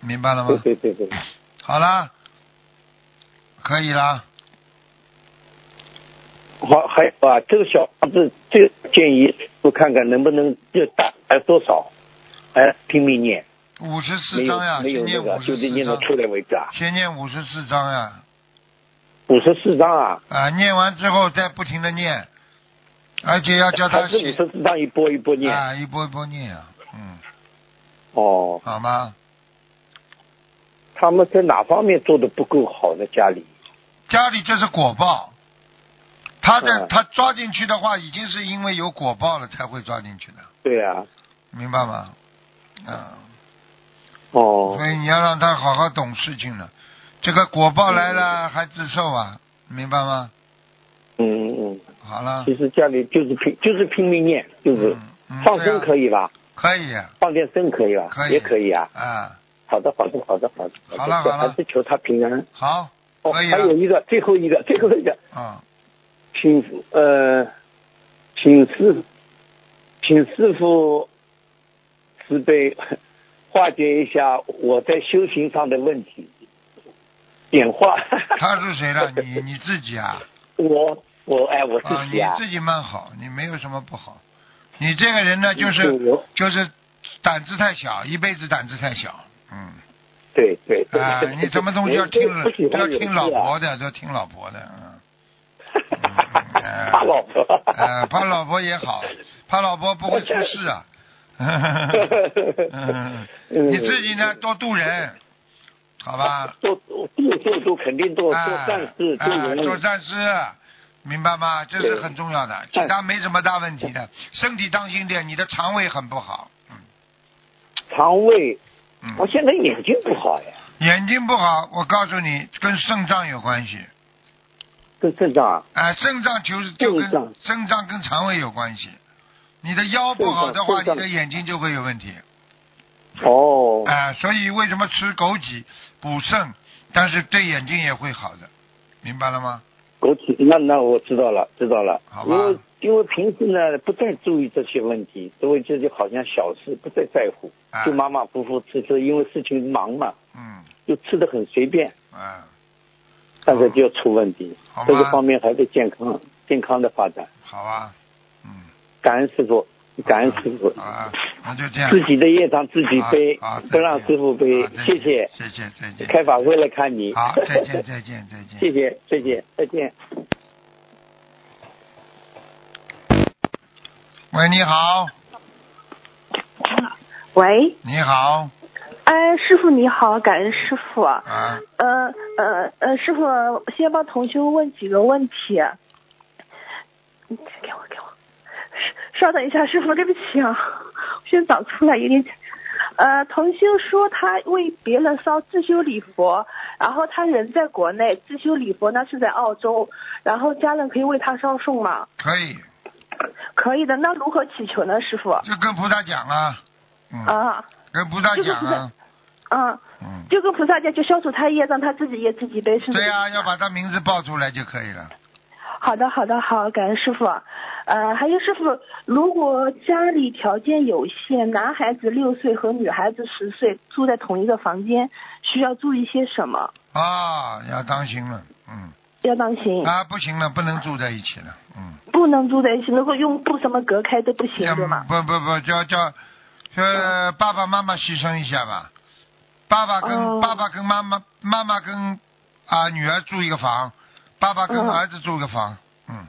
Speaker 1: 明白了
Speaker 3: 对
Speaker 1: 吗？
Speaker 3: 对对对，
Speaker 1: 好啦，可以啦。
Speaker 3: 好，还啊，这个小房子，这个建议我看看能不能就大还多少，哎，拼命念。
Speaker 1: 五十
Speaker 3: 没
Speaker 1: 四
Speaker 3: 有
Speaker 1: 章呀，
Speaker 3: 没
Speaker 1: 先
Speaker 3: 有那
Speaker 1: 念
Speaker 3: 个，
Speaker 1: 五
Speaker 3: 就
Speaker 1: 十
Speaker 3: 得
Speaker 1: 四
Speaker 3: 念到
Speaker 1: 章，
Speaker 3: 出来为止啊。
Speaker 1: 先念五十四章呀，
Speaker 3: 五十四章啊，
Speaker 1: 啊，念完之后再不停的念，而且要叫他
Speaker 3: 还是你
Speaker 1: 写
Speaker 3: 说是让一波一波念？
Speaker 1: 啊，一波一波念啊，嗯，
Speaker 3: 哦，
Speaker 1: 好吗？
Speaker 3: 他们在哪方面做的不够好呢？家里
Speaker 1: 家里就是果报，他的
Speaker 3: 嗯
Speaker 1: 他抓进去的话，已经是因为有果报了才会抓进去的，
Speaker 3: 对啊，
Speaker 1: 明白吗？啊，
Speaker 3: 哦
Speaker 1: 所以你要让他好好懂事情了。这个果报来了还自受啊，明白吗？
Speaker 3: 嗯嗯
Speaker 1: 好
Speaker 3: 嗯，
Speaker 1: 了，
Speaker 3: 其实家里就是拼就是拼命念，就是
Speaker 1: 嗯嗯
Speaker 3: 放
Speaker 1: 对
Speaker 3: 生
Speaker 1: 啊
Speaker 3: 可以吧？
Speaker 1: 可以啊
Speaker 3: 放点生可以吧？
Speaker 1: 可以
Speaker 3: 也可以啊。
Speaker 1: 啊，
Speaker 3: 好的，好的，好的，好的。
Speaker 1: 好了
Speaker 3: 就
Speaker 1: 好了
Speaker 3: 还是求他平安。
Speaker 1: 好，
Speaker 3: 哦，
Speaker 1: 可以啊
Speaker 3: 还有
Speaker 1: 了，
Speaker 3: 一个，最后一个，最后一个，
Speaker 1: 啊，
Speaker 3: 请呃，请师，请师傅慈悲 化解一下我在修行上的问题，点化。
Speaker 1: 他是谁了？你你自己啊？
Speaker 3: 我我哎，我自
Speaker 1: 啊，
Speaker 3: 己
Speaker 1: 你
Speaker 3: 啊，
Speaker 1: 自己蛮好，你没有什么不好。你这个人呢，就
Speaker 3: 嗯对
Speaker 1: 是
Speaker 3: 我
Speaker 1: 就是胆子太小，一辈子胆子太小。嗯
Speaker 3: 对对对
Speaker 1: 啊，你什么东西要听
Speaker 3: 人都不喜欢
Speaker 1: 要
Speaker 3: 有
Speaker 1: 听
Speaker 3: 事
Speaker 1: 老
Speaker 3: 啊
Speaker 1: 婆的，要听老婆的。嗯，嗯
Speaker 3: 怕老婆。
Speaker 1: 呃，怕老婆也 好，怕老婆不会出事啊。 嗯，你自己呢，多度人，好吧？
Speaker 3: 嗯做做做做肯定做做
Speaker 1: 啊
Speaker 3: 善事，做
Speaker 1: 啊，
Speaker 3: 人
Speaker 1: 做善事，明白吗？这是很重要的，其
Speaker 3: 对
Speaker 1: 他没什么大问题的。身体当心点，你的肠胃很不好，
Speaker 3: 肠胃，
Speaker 1: 嗯
Speaker 3: 我
Speaker 1: 嗯，
Speaker 3: 现在眼睛不好呀，
Speaker 1: 眼睛不好，我告诉你，跟肾脏有关系。
Speaker 3: 跟肾脏啊，
Speaker 1: 啊，肾脏就是就
Speaker 3: 肾脏
Speaker 1: 跟肾脏跟肠胃有关系。你的腰不好的话，
Speaker 3: 肾
Speaker 1: 你
Speaker 3: 脏
Speaker 1: 的眼睛就会有问题。
Speaker 3: 哦，
Speaker 1: 啊、所以为什么吃枸杞补肾，但是对眼睛也会好的，明白了吗？
Speaker 3: 枸杞，那那我知道了，知道了，
Speaker 1: 好吧
Speaker 3: 因为因为平时呢不再注意这些问题，所以这就好像小事不再在乎
Speaker 1: 啊，
Speaker 3: 就马马虎虎吃吃，因为事情忙嘛，
Speaker 1: 嗯，
Speaker 3: 就吃的很随便，
Speaker 1: 啊、
Speaker 3: 但是就要出问题
Speaker 1: 好，吧
Speaker 3: 这个方面还得健康健康的发展，
Speaker 1: 好啊，嗯，
Speaker 3: 感恩师傅，感恩师傅。
Speaker 1: 好啊，那就这样。
Speaker 3: 自己的业障自己背
Speaker 1: 好好，再
Speaker 3: 不让
Speaker 1: 见
Speaker 3: 师傅背
Speaker 1: 好。再
Speaker 3: 谢
Speaker 1: 见
Speaker 3: 谢，
Speaker 1: 谢谢，再见。
Speaker 3: 开法会来看你。
Speaker 1: 好，再见，再见，再见。
Speaker 3: 谢谢，再见，再见。
Speaker 1: 喂，你好，
Speaker 4: 喂，
Speaker 1: 你好，
Speaker 4: 哎，师傅你好，感恩师傅。
Speaker 1: 啊，
Speaker 4: 呃呃呃，师傅先帮同修问几个问题。啊你给我给我，稍等一下，师傅，对不起啊，我先找出来有点紧。呃，同修说他为别人烧自修礼佛，然后他人在国内，自修礼佛呢是在澳洲，然后家人可以为他烧送吗？
Speaker 1: 可以，
Speaker 4: 可以的，那如何祈求呢，师傅？
Speaker 1: 就跟菩萨讲啊，嗯，
Speaker 4: 啊
Speaker 1: 跟菩萨讲 啊，
Speaker 4: 啊，
Speaker 1: 嗯，
Speaker 4: 就跟菩萨讲，就消除他业，让他自己业自己背，是不是？
Speaker 1: 对呀，要把他名字报出来就可以了。
Speaker 4: 好的，好的，好，感恩师傅。呃，还有师傅，如果家里条件有限，男孩子六岁和女孩子十岁住在同一个房间，需要注意些什么？
Speaker 1: 啊，要当心了，嗯，
Speaker 4: 要当心，
Speaker 1: 啊，不行了，不能住在一起了，嗯，
Speaker 4: 不能住在一起，如果用布什么隔开都不行，
Speaker 1: 要
Speaker 4: 对吗？
Speaker 1: 不不不，叫叫，叫
Speaker 4: 嗯
Speaker 1: 爸爸妈妈牺牲一下吧，爸爸跟、
Speaker 4: 哦
Speaker 1: 爸爸跟妈妈，妈妈跟啊女儿住一个房，爸爸跟
Speaker 4: 嗯
Speaker 1: 儿子住一个房，嗯，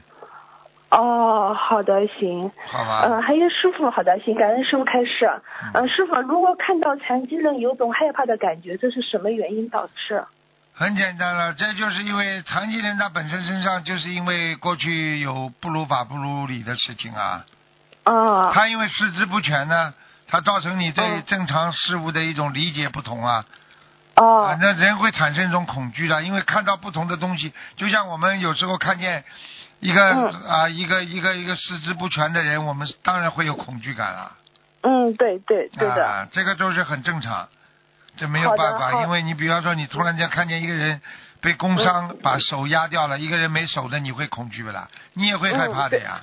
Speaker 4: 哦，好的，行。
Speaker 1: 好吧，
Speaker 4: 呃，还有师傅，好的，行，感恩师傅开始。
Speaker 1: 嗯
Speaker 4: 呃，师傅，如果看到残疾人有种害怕的感觉，这是什么原因导致？
Speaker 1: 很简单了，这就是因为残疾人他本身身上就是因为过去有不如法不如理的事情啊，
Speaker 4: 啊、
Speaker 1: 他因为四肢不全呢，他造成你对
Speaker 4: 嗯
Speaker 1: 正常事物的一种理解不同啊，
Speaker 4: 哦
Speaker 1: 啊，，那人会产生一种恐惧的，因为看到不同的东西，就像我们有时候看见一个、
Speaker 4: 嗯
Speaker 1: 啊一个一个一个四肢不全的人，我们当然会有恐惧感了。
Speaker 4: 嗯，对对对的。
Speaker 1: 啊，这个都是很正常，这没有
Speaker 4: 好的
Speaker 1: 办法，
Speaker 4: 好
Speaker 1: 因为你比方说你突然间看见一个人被工伤、把手压掉了，一个人没手的，你会恐惧不啦？你也会害怕的呀，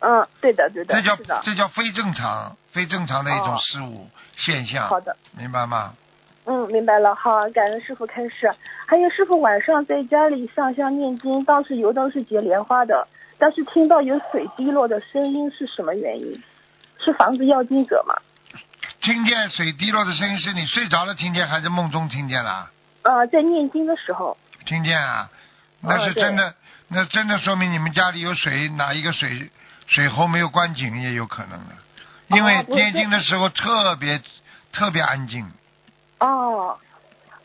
Speaker 4: 嗯，对的，对的，
Speaker 1: 这叫
Speaker 4: 是的，
Speaker 1: 这叫非正常、非正常的一种
Speaker 4: 哦
Speaker 1: 事物、现象，
Speaker 4: 好的，
Speaker 1: 明白吗？
Speaker 4: 嗯，明白了，好，感恩师傅开始。还有师傅晚上在家里上香念经，当时油灯是结莲花的，但是听到有水滴落的声音，是什么原因？是房子要经者吗？
Speaker 1: 听见水滴落的声音是你睡着了听见，还是梦中听见了？
Speaker 4: 呃，在念经的时候，
Speaker 1: 听见啊，那
Speaker 4: 哦
Speaker 1: 是
Speaker 4: 对
Speaker 1: 真的，那真的说明你们家里有水，哪一个水水喉没有关紧也有可能的，因为
Speaker 4: 哦我
Speaker 1: 念经的时候特别特别安静
Speaker 4: 哦，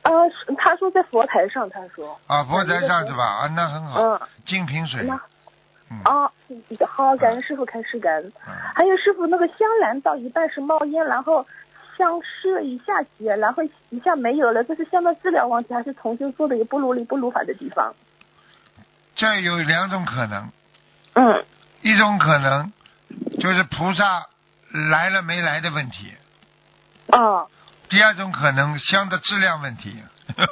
Speaker 4: 呃，是他说在佛台上，他说，
Speaker 1: 啊，佛台上是吧？啊，那很好，
Speaker 4: 嗯，
Speaker 1: 净瓶水
Speaker 4: 那，
Speaker 1: 嗯，
Speaker 4: 哦，好，感恩师傅，开始感恩。
Speaker 1: 嗯
Speaker 4: 还有师傅，那个香兰到一半是冒烟，然后香湿了一下结，然后一下没有了，这是香的质量问题，还是重新做的有不如理不如法的地方？
Speaker 1: 这有两种可能，
Speaker 4: 嗯，
Speaker 1: 一种可能就是菩萨来了没来的问题，
Speaker 4: 哦，
Speaker 1: 第二种可能香的质量问题。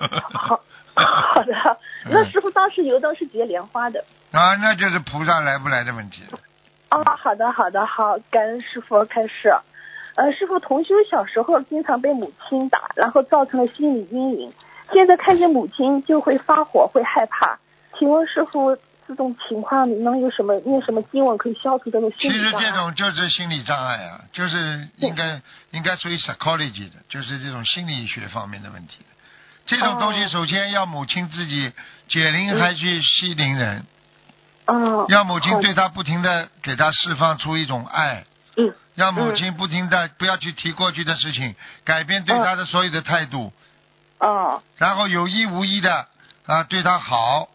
Speaker 4: 好，好的。那师傅当时油灯是结莲花的。
Speaker 1: 啊，那就是菩萨来不来的问题。
Speaker 4: 哦，好的，好的，好，感恩师傅开始。呃，师傅，同修小时候经常被母亲打，然后造成了心理阴影，现在看见母亲就会发火，会害怕。请问师傅，这种情况你能有什么念什么经文可以消除这种
Speaker 1: 其
Speaker 4: 心
Speaker 1: 实
Speaker 4: 理障
Speaker 1: 这
Speaker 4: 碍？
Speaker 1: 种就是心理障碍啊，就是应该应该属于 psychology 的，就是这种心理学方面的问题。这种东西
Speaker 4: 哦
Speaker 1: 首先要母亲自己解铃还须系铃人，
Speaker 4: 嗯，
Speaker 1: 要母亲
Speaker 4: 好
Speaker 1: 对他不停的给他释放出一种爱，
Speaker 4: 嗯
Speaker 1: 让母亲不停的不要去提过去的事情，改变对他的所有的态度，
Speaker 4: 哦
Speaker 1: 然后有意无意的啊对他好，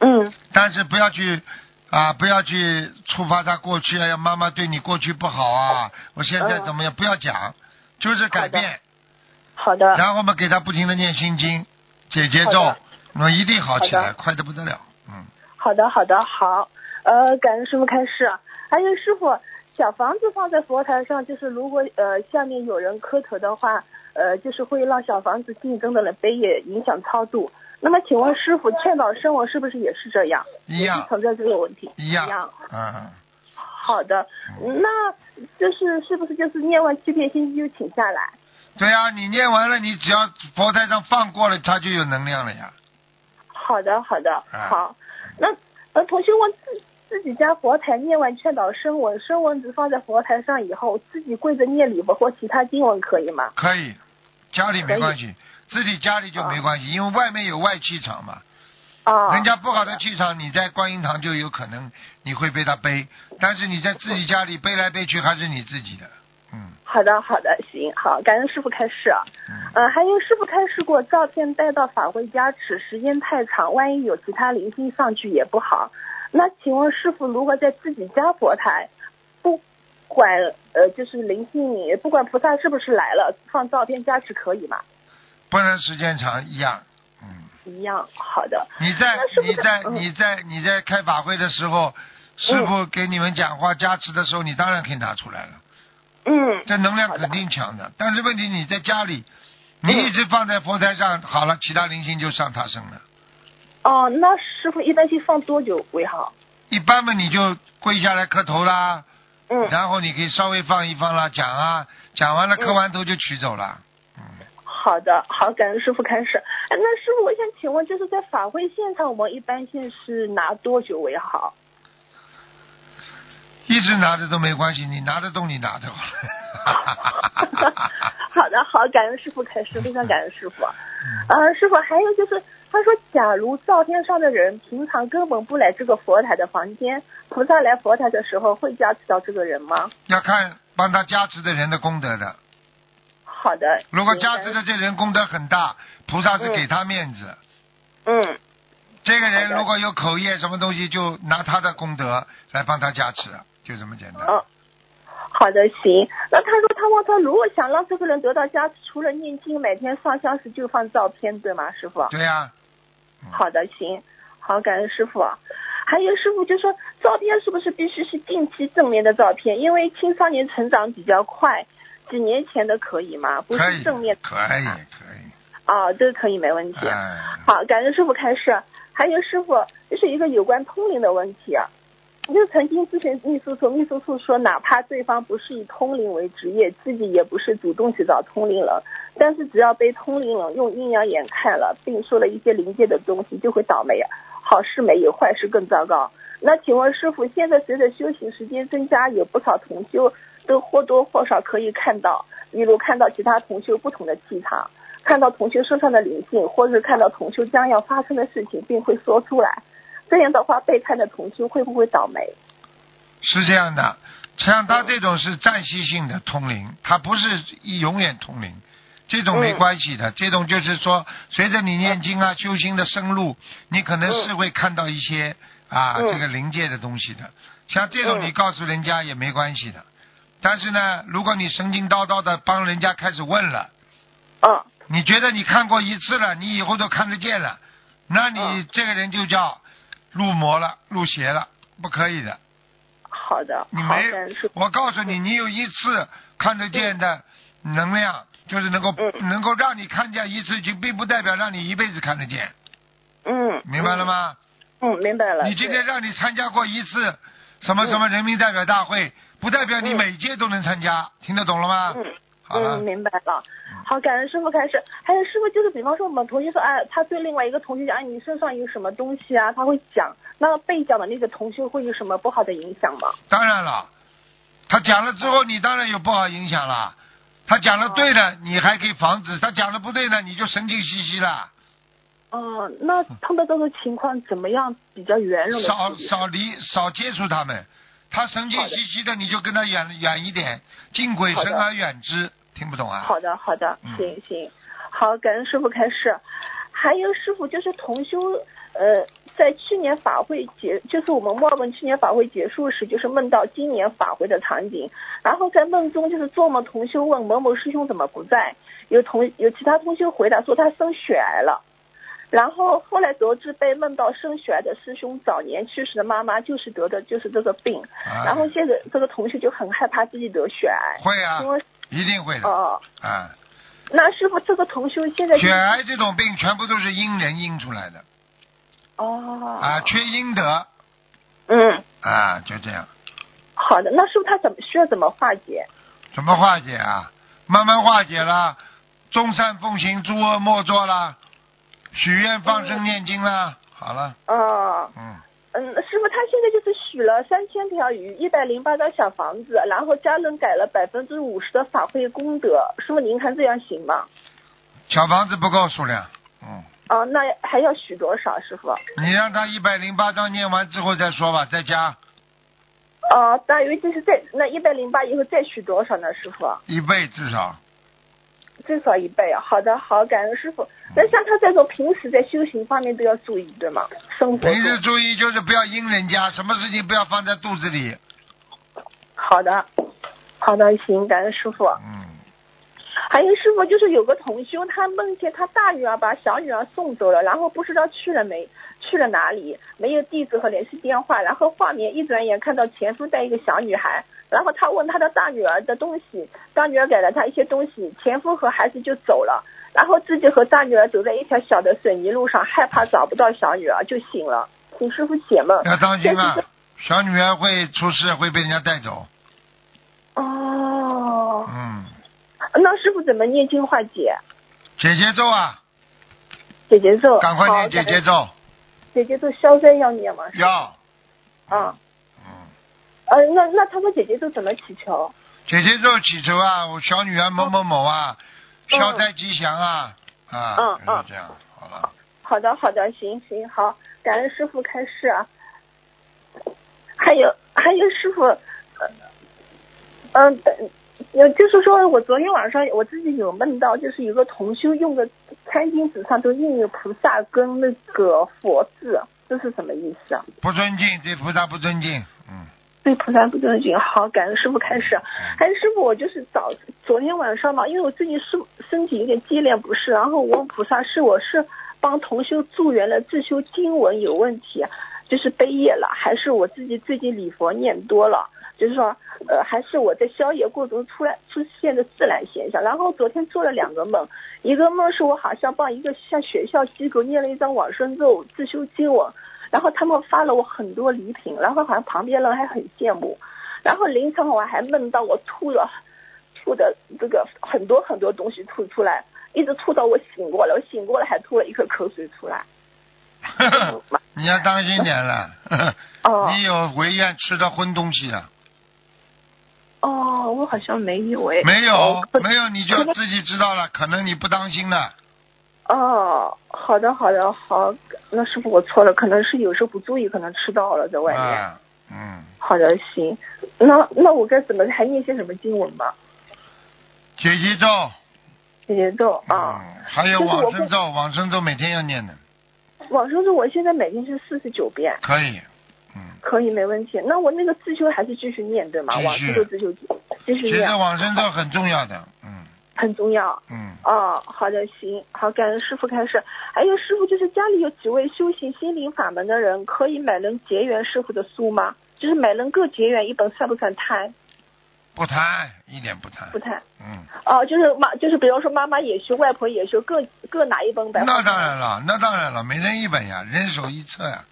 Speaker 4: 嗯
Speaker 1: 但是不要去啊，不要去触发他过去。哎呀，妈妈对你过去不好啊，我现在怎么样？不要讲，就是改变。
Speaker 4: 好的
Speaker 1: 然后我们给他不停的念心经、解节
Speaker 4: 好
Speaker 1: 奏
Speaker 4: 的，
Speaker 1: 那一定好起
Speaker 4: 好
Speaker 1: 来，
Speaker 4: 的
Speaker 1: 快的不得了。嗯，
Speaker 4: 好的好的好，呃，感恩师傅开示。还有师傅，小房子放在佛台上，就是如果呃下面有人磕头的话，呃，就是会让小房子竞争的人背也影响超度。那么请问师傅，劝导生活是不是也是这样？
Speaker 1: 一
Speaker 4: 也
Speaker 1: 样
Speaker 4: 是，存在这个问题。
Speaker 1: 一样
Speaker 4: 一样。
Speaker 1: 嗯，
Speaker 4: 好的，那就是是不是就是念完七遍心经就请下来？
Speaker 1: 对呀、你念完了，你只要佛台上放过了，它就有能量了呀。
Speaker 4: 好的，好的，
Speaker 1: 啊
Speaker 4: 好。那呃，同学问自自己家佛台念完劝导声文，声文只放在佛台上以后，自己跪着念礼佛或其他经文可以吗？
Speaker 1: 可以，家里
Speaker 4: 可
Speaker 1: 没
Speaker 4: 以
Speaker 1: 关系，自己家里就没关系，因为外面有外气场嘛。
Speaker 4: 啊，
Speaker 1: 人家不好的气场，你在观音堂就有可能你会被他背，但是你在自己家里背来背去还是你自己的，嗯
Speaker 4: 好的，好的，行，好，感恩师傅开示。
Speaker 1: 嗯，
Speaker 4: 呃，还有师傅开示过，照片带到法会加持时间太长，万一有其他灵性上去也不好。那请问师傅，如何在自己家佛台，不管呃就是灵性，不管菩萨是不是来了，放照片加持可以吗？
Speaker 1: 不能时间长一样，嗯，
Speaker 4: 一样，好的。
Speaker 1: 你在
Speaker 4: 那是不是
Speaker 1: 你在
Speaker 4: 嗯
Speaker 1: 你在你在开法会的时候，师傅给你们讲话加持的时候，你当然可以拿出来了，
Speaker 4: 嗯，
Speaker 1: 这能量
Speaker 4: 好的
Speaker 1: 肯定强的，但是问题你在家里，你一直放在佛台上，好了，其他灵性就上他身了，
Speaker 4: 哦，那师傅一般性放多久为好？
Speaker 1: 一般嘛你就跪下来磕头啦，
Speaker 4: 嗯，
Speaker 1: 然后你可以稍微放一放啦，讲啊，讲完了磕完头就取走了。嗯，
Speaker 4: 好的，好，感恩师傅开始。哎那师傅，我想请问，就是在法会现场，我们一般性是拿多久 为好？
Speaker 1: 一直拿着都没关系，你拿得动你拿着。
Speaker 4: 好的，好，感恩师傅开始，非常感恩师傅。
Speaker 1: 嗯
Speaker 4: 呃，师傅，还有就是，他说，假如照片上的人平常根本不来这个佛台的房间，菩萨来佛台的时候会加持到这个人吗？
Speaker 1: 要看帮他加持的人的功德的，
Speaker 4: 好的。
Speaker 1: 如果
Speaker 4: 明白
Speaker 1: 加持的这人功德很大，菩萨是给他面子。
Speaker 4: 嗯，
Speaker 1: 这个人
Speaker 4: 好的
Speaker 1: 如果有口业什么东西，就拿他的功德来帮他加持，就这么简单。
Speaker 4: 哦，好的，行。那他说他问他，如果想让这个人得到加持，除了念经，每天上香时就放照片，对吗，师傅？
Speaker 1: 对呀、
Speaker 4: 好的，行。好，感恩师傅。还有师傅就说，照片是不是必须是近期正面的照片？因为青少年成长比较快，几年前的可以吗？不
Speaker 1: 可以
Speaker 4: 是正面
Speaker 1: 可以，可以。
Speaker 4: 啊，这个可以没问题。
Speaker 1: 哎，
Speaker 4: 好，感恩师傅开示。还有师傅，这是一个有关通灵的问题啊。你就曾经咨询秘书处，秘书处说，哪怕对方不是以通灵为职业，自己也不是主动去找通灵人，但是只要被通灵人用阴阳眼看了，并说了一些灵界的东西，就会倒霉，啊好事没有，坏事更糟糕。那请问师傅，现在随着修行时间增加，有不少同修都或多或少可以看到，比如看到其他同修不同的气场，看到同修身上的灵性，或是看到同修将要发生的事情，并会说出来。这样的话，被看的同修会不会倒霉？
Speaker 1: 是这样的，像他这种是暂时性的通灵，他不是一永远通灵，这种没关系的，这种就是说，随着你念经啊、修心的深入，你可能是会看到一些啊、这个灵界的东西的。像这种你告诉人家也没关系的，但是呢，如果你神经叨叨的帮人家开始问了，
Speaker 2: 嗯
Speaker 1: 你觉得你看过一次了，你以后都看得见了，那你
Speaker 2: 嗯
Speaker 1: 这个人就叫入魔了、入邪了，不可以的。
Speaker 4: 好的，
Speaker 1: 你
Speaker 4: 好
Speaker 1: 没
Speaker 4: 的，师，傅，
Speaker 1: 我告诉你，你有一次看得见的能量，就是能够
Speaker 2: 嗯
Speaker 1: 能够让你看见一次，就并不代表让你一辈子看得见，
Speaker 2: 嗯，
Speaker 1: 明白了吗？
Speaker 2: 嗯？嗯，明白了。
Speaker 1: 你今
Speaker 2: 对
Speaker 1: 天让你参加过一次什么什么人民代表大会，不代表你
Speaker 2: 嗯
Speaker 1: 每届都能参加，听得懂了吗？
Speaker 2: 嗯
Speaker 1: 啊好了
Speaker 4: 嗯，，明白了。好，感恩师傅开始。还有师傅就是，比方说我们同学说，哎，他对另外一个同学讲，哎，你身上有什么东西啊？他会讲，那被讲的那个同学会有什么不好的影响吗？
Speaker 1: 当然了，他讲了之后，你当然有不好影响了。他讲了对的，你还可以防止；他讲的不对呢，你就神经兮兮了。
Speaker 4: 嗯，那碰到这种情况怎么样比较圆融的
Speaker 1: 少少离少接触他们，他神经兮兮的，你就跟他远远一点，敬鬼神而远之。听不懂啊？
Speaker 4: 好的，好的，
Speaker 1: 嗯
Speaker 4: 行行，好，感恩师傅开始。还有师傅就是同修，呃，在去年法会结，就是我们墨尔本去年法会结束时，就是梦到今年法会的场景，然后在梦中就是做梦同修问某某师兄怎么不在，有同有其他同修回答说他生血癌了。然后后来得知被梦到生血癌的师兄早年去世的妈妈就是得的就是这个病，
Speaker 1: 啊
Speaker 4: 然后现在这个同学就很害怕自己得血癌，
Speaker 1: 会啊
Speaker 4: 因，为
Speaker 1: 一定会的
Speaker 4: 哦、
Speaker 1: 啊。
Speaker 4: 那师傅，这个同修现在就
Speaker 1: 血癌这种病全部都是因人因出来的
Speaker 4: 哦
Speaker 1: 啊，缺阴德
Speaker 4: 嗯，
Speaker 1: 啊，就这样。
Speaker 4: 好的，那师傅他怎么需要怎么化解？
Speaker 1: 怎么化解啊？慢慢化解啦，众善奉行，诸恶莫作啦，许愿放
Speaker 4: 嗯
Speaker 1: 生念经啦，好了，
Speaker 4: 哦，
Speaker 1: 嗯，
Speaker 4: 嗯，师傅他现在就是许了三千条鱼，一百零八张小房子，然后家人改了百分之五十的法会功德，师傅您看这样行吗？
Speaker 1: 小房子不够数量，嗯，
Speaker 4: 哦，那还要许多少，师傅？
Speaker 1: 你让他一百零八章念完之后再说吧，再加
Speaker 4: 哦，大约就是再那一百零八以后再许多少呢，师傅？
Speaker 1: 一倍至少，
Speaker 4: 最少一倍啊。好的，好，感恩师傅。
Speaker 1: 嗯
Speaker 4: 那像他这种平时在修行方面都要注意，对吗？生活中
Speaker 1: 平时注意就是不要阴人家，什么事情不要放在肚子里，
Speaker 4: 好的，好的，行，感恩师傅。
Speaker 1: 嗯，
Speaker 4: 还有师傅，就是有个同修，他梦见他大女儿把小女儿送走了，然后不知道去了没，去了哪里，没有地址和联系电话，然后画面一转眼看到前夫带一个小女孩，然后他问他的大女儿的东西，大女儿给了他一些东西，前夫和孩子就走了，然后自己和大女儿走在一条小的水泥路上，害怕找不到小女儿就醒了，请师傅解梦。
Speaker 1: 要当心啊
Speaker 4: 这是，
Speaker 1: 小女儿会出事，会被人家带走，
Speaker 4: 哦，
Speaker 1: 嗯，
Speaker 4: 那师傅怎么念经化解？
Speaker 1: 姐姐咒啊，
Speaker 4: 姐姐咒，
Speaker 1: 赶快
Speaker 4: 好
Speaker 1: 念姐姐，咒，
Speaker 4: 姐姐咒消灾要念吗？
Speaker 1: 要，
Speaker 4: 啊，
Speaker 1: 嗯。
Speaker 4: 呃，那那他们姐姐都怎么祈求？
Speaker 1: 姐姐咒祈求啊，我小女儿某某某啊，
Speaker 4: 嗯
Speaker 1: 消灾吉祥啊，啊，
Speaker 4: 嗯
Speaker 1: 就是这样，好了，
Speaker 4: 好的，好的，行行好，感恩师傅开示啊。还有还有师傅，呃嗯、呃，呃，就是说我昨天晚上我自己有梦到，就是有个同修用的餐巾纸上都印有菩萨跟那个佛字，这是什么意思啊？
Speaker 1: 不尊敬，对菩萨不尊敬，嗯，
Speaker 4: 对菩萨不尊敬，好，感恩师傅开始。哎，师傅，我就是早昨天晚上嘛，因为我最近是身体有点接连不适，然后我问菩萨是我是帮同修助缘了自修经文有问题，就是背业了，还是我自己最近礼佛念多了，就是说呃，还是我在宵夜过程中出来出现的自然现象。然后昨天做了两个梦，一个梦是我好像帮一个像学校机构念了一张往生咒自修经文，然后他们发了我很多礼品，然后好像旁边人还很羡慕。然后凌晨我还梦到我吐了，吐的这个很多很多东西吐出来，一直吐到我醒过来，我醒过来还吐了一口口水出来。嗯
Speaker 1: 你要当心点了，呵 呵
Speaker 4: 哦
Speaker 1: 你有违愿吃的荤东西啊了
Speaker 4: 哦，我好像没有哎，
Speaker 1: 没有
Speaker 4: 哦？可
Speaker 1: 没有，你
Speaker 4: 可
Speaker 1: 就
Speaker 4: 能
Speaker 1: 自己知道了，可能你不当心了，
Speaker 4: 哦，好的好的好，那师傅我错了，可能是有时候不注意，可能吃到了在外面。
Speaker 1: 啊，嗯，
Speaker 4: 好的，行。那那我该怎么还念些什么经文吗？
Speaker 1: 解结咒，
Speaker 4: 解节奏啊，
Speaker 1: 嗯，还有
Speaker 4: 哦就是我
Speaker 1: 往
Speaker 4: 不
Speaker 1: 生咒，往生咒每天要念的，嗯
Speaker 4: 往生咒我现在每天是四十九遍，
Speaker 1: 可以，嗯，
Speaker 4: 可以没问题。那我那个自修还是继续念对吗？
Speaker 1: 继续
Speaker 4: 往生咒自修继续
Speaker 1: 其实
Speaker 4: 念，
Speaker 1: 往生咒很重要的，嗯
Speaker 4: 很重要。
Speaker 1: 嗯，
Speaker 4: 哦，好的，行，好，感恩师傅开示。还有师傅，就是家里有几位修行心灵法门的人，可以每人结缘师傅的书吗？就是每人各结缘一本，算不算贪？
Speaker 1: 不贪，一点不贪
Speaker 4: 不，贪。
Speaker 1: 嗯，
Speaker 4: 哦，就是妈，就是比方说妈妈也修，外婆也修，各各拿一本呗。
Speaker 1: 那当然了，那当然了，每人一本呀，人手一册呀，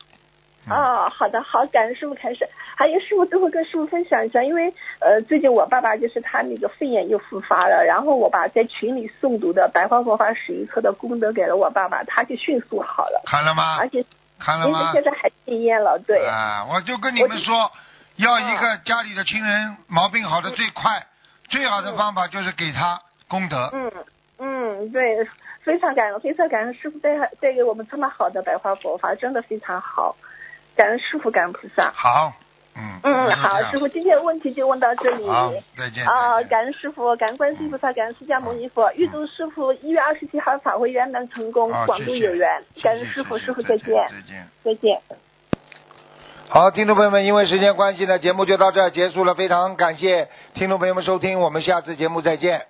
Speaker 1: 嗯
Speaker 4: 哦，好的，好，感恩师傅开始。还有师傅，最后跟师傅分享一下，因为呃，最近我爸爸就是他那个肺炎又复发了，然后我把在群里诵读的《白话佛法十一课》的功德给了我爸爸，他就迅速好了，
Speaker 1: 看了吗
Speaker 4: 而？且
Speaker 1: 看了
Speaker 4: 您
Speaker 1: 吗？
Speaker 4: 哎现在还戒烟了，对，嗯
Speaker 1: 啊，我就跟你们说，要一个家里的亲人毛病好的最快，最好的方法就是给他功德。
Speaker 4: 嗯嗯，对，非常感恩，非常感恩师傅带带给我们这么好的白话佛法，真的非常好，感恩师傅，感恩菩萨。
Speaker 1: 好，嗯，
Speaker 4: 嗯，
Speaker 1: 那就
Speaker 4: 好
Speaker 1: 这，样
Speaker 4: 师傅，今天的问题就问到这里。
Speaker 1: 好，再见。
Speaker 4: 啊，
Speaker 1: 再见
Speaker 4: 感恩师傅，感恩观世音菩萨，感恩释迦牟尼
Speaker 1: 嗯
Speaker 4: 佛，预祝师傅一月二十七号法会圆满成功
Speaker 1: 好，
Speaker 4: 广
Speaker 1: 哦谢
Speaker 4: 度
Speaker 1: 谢
Speaker 4: 有缘
Speaker 1: 谢。谢
Speaker 4: 感恩
Speaker 1: 谢
Speaker 4: 师傅，
Speaker 1: 谢
Speaker 4: 师傅
Speaker 1: 再
Speaker 4: 再见，
Speaker 1: 再见。
Speaker 4: 再见。
Speaker 1: 好，听众朋友们，因为时间关系呢，节目就到这儿结束了。非常感谢听众朋友们收听，我们下次节目再见。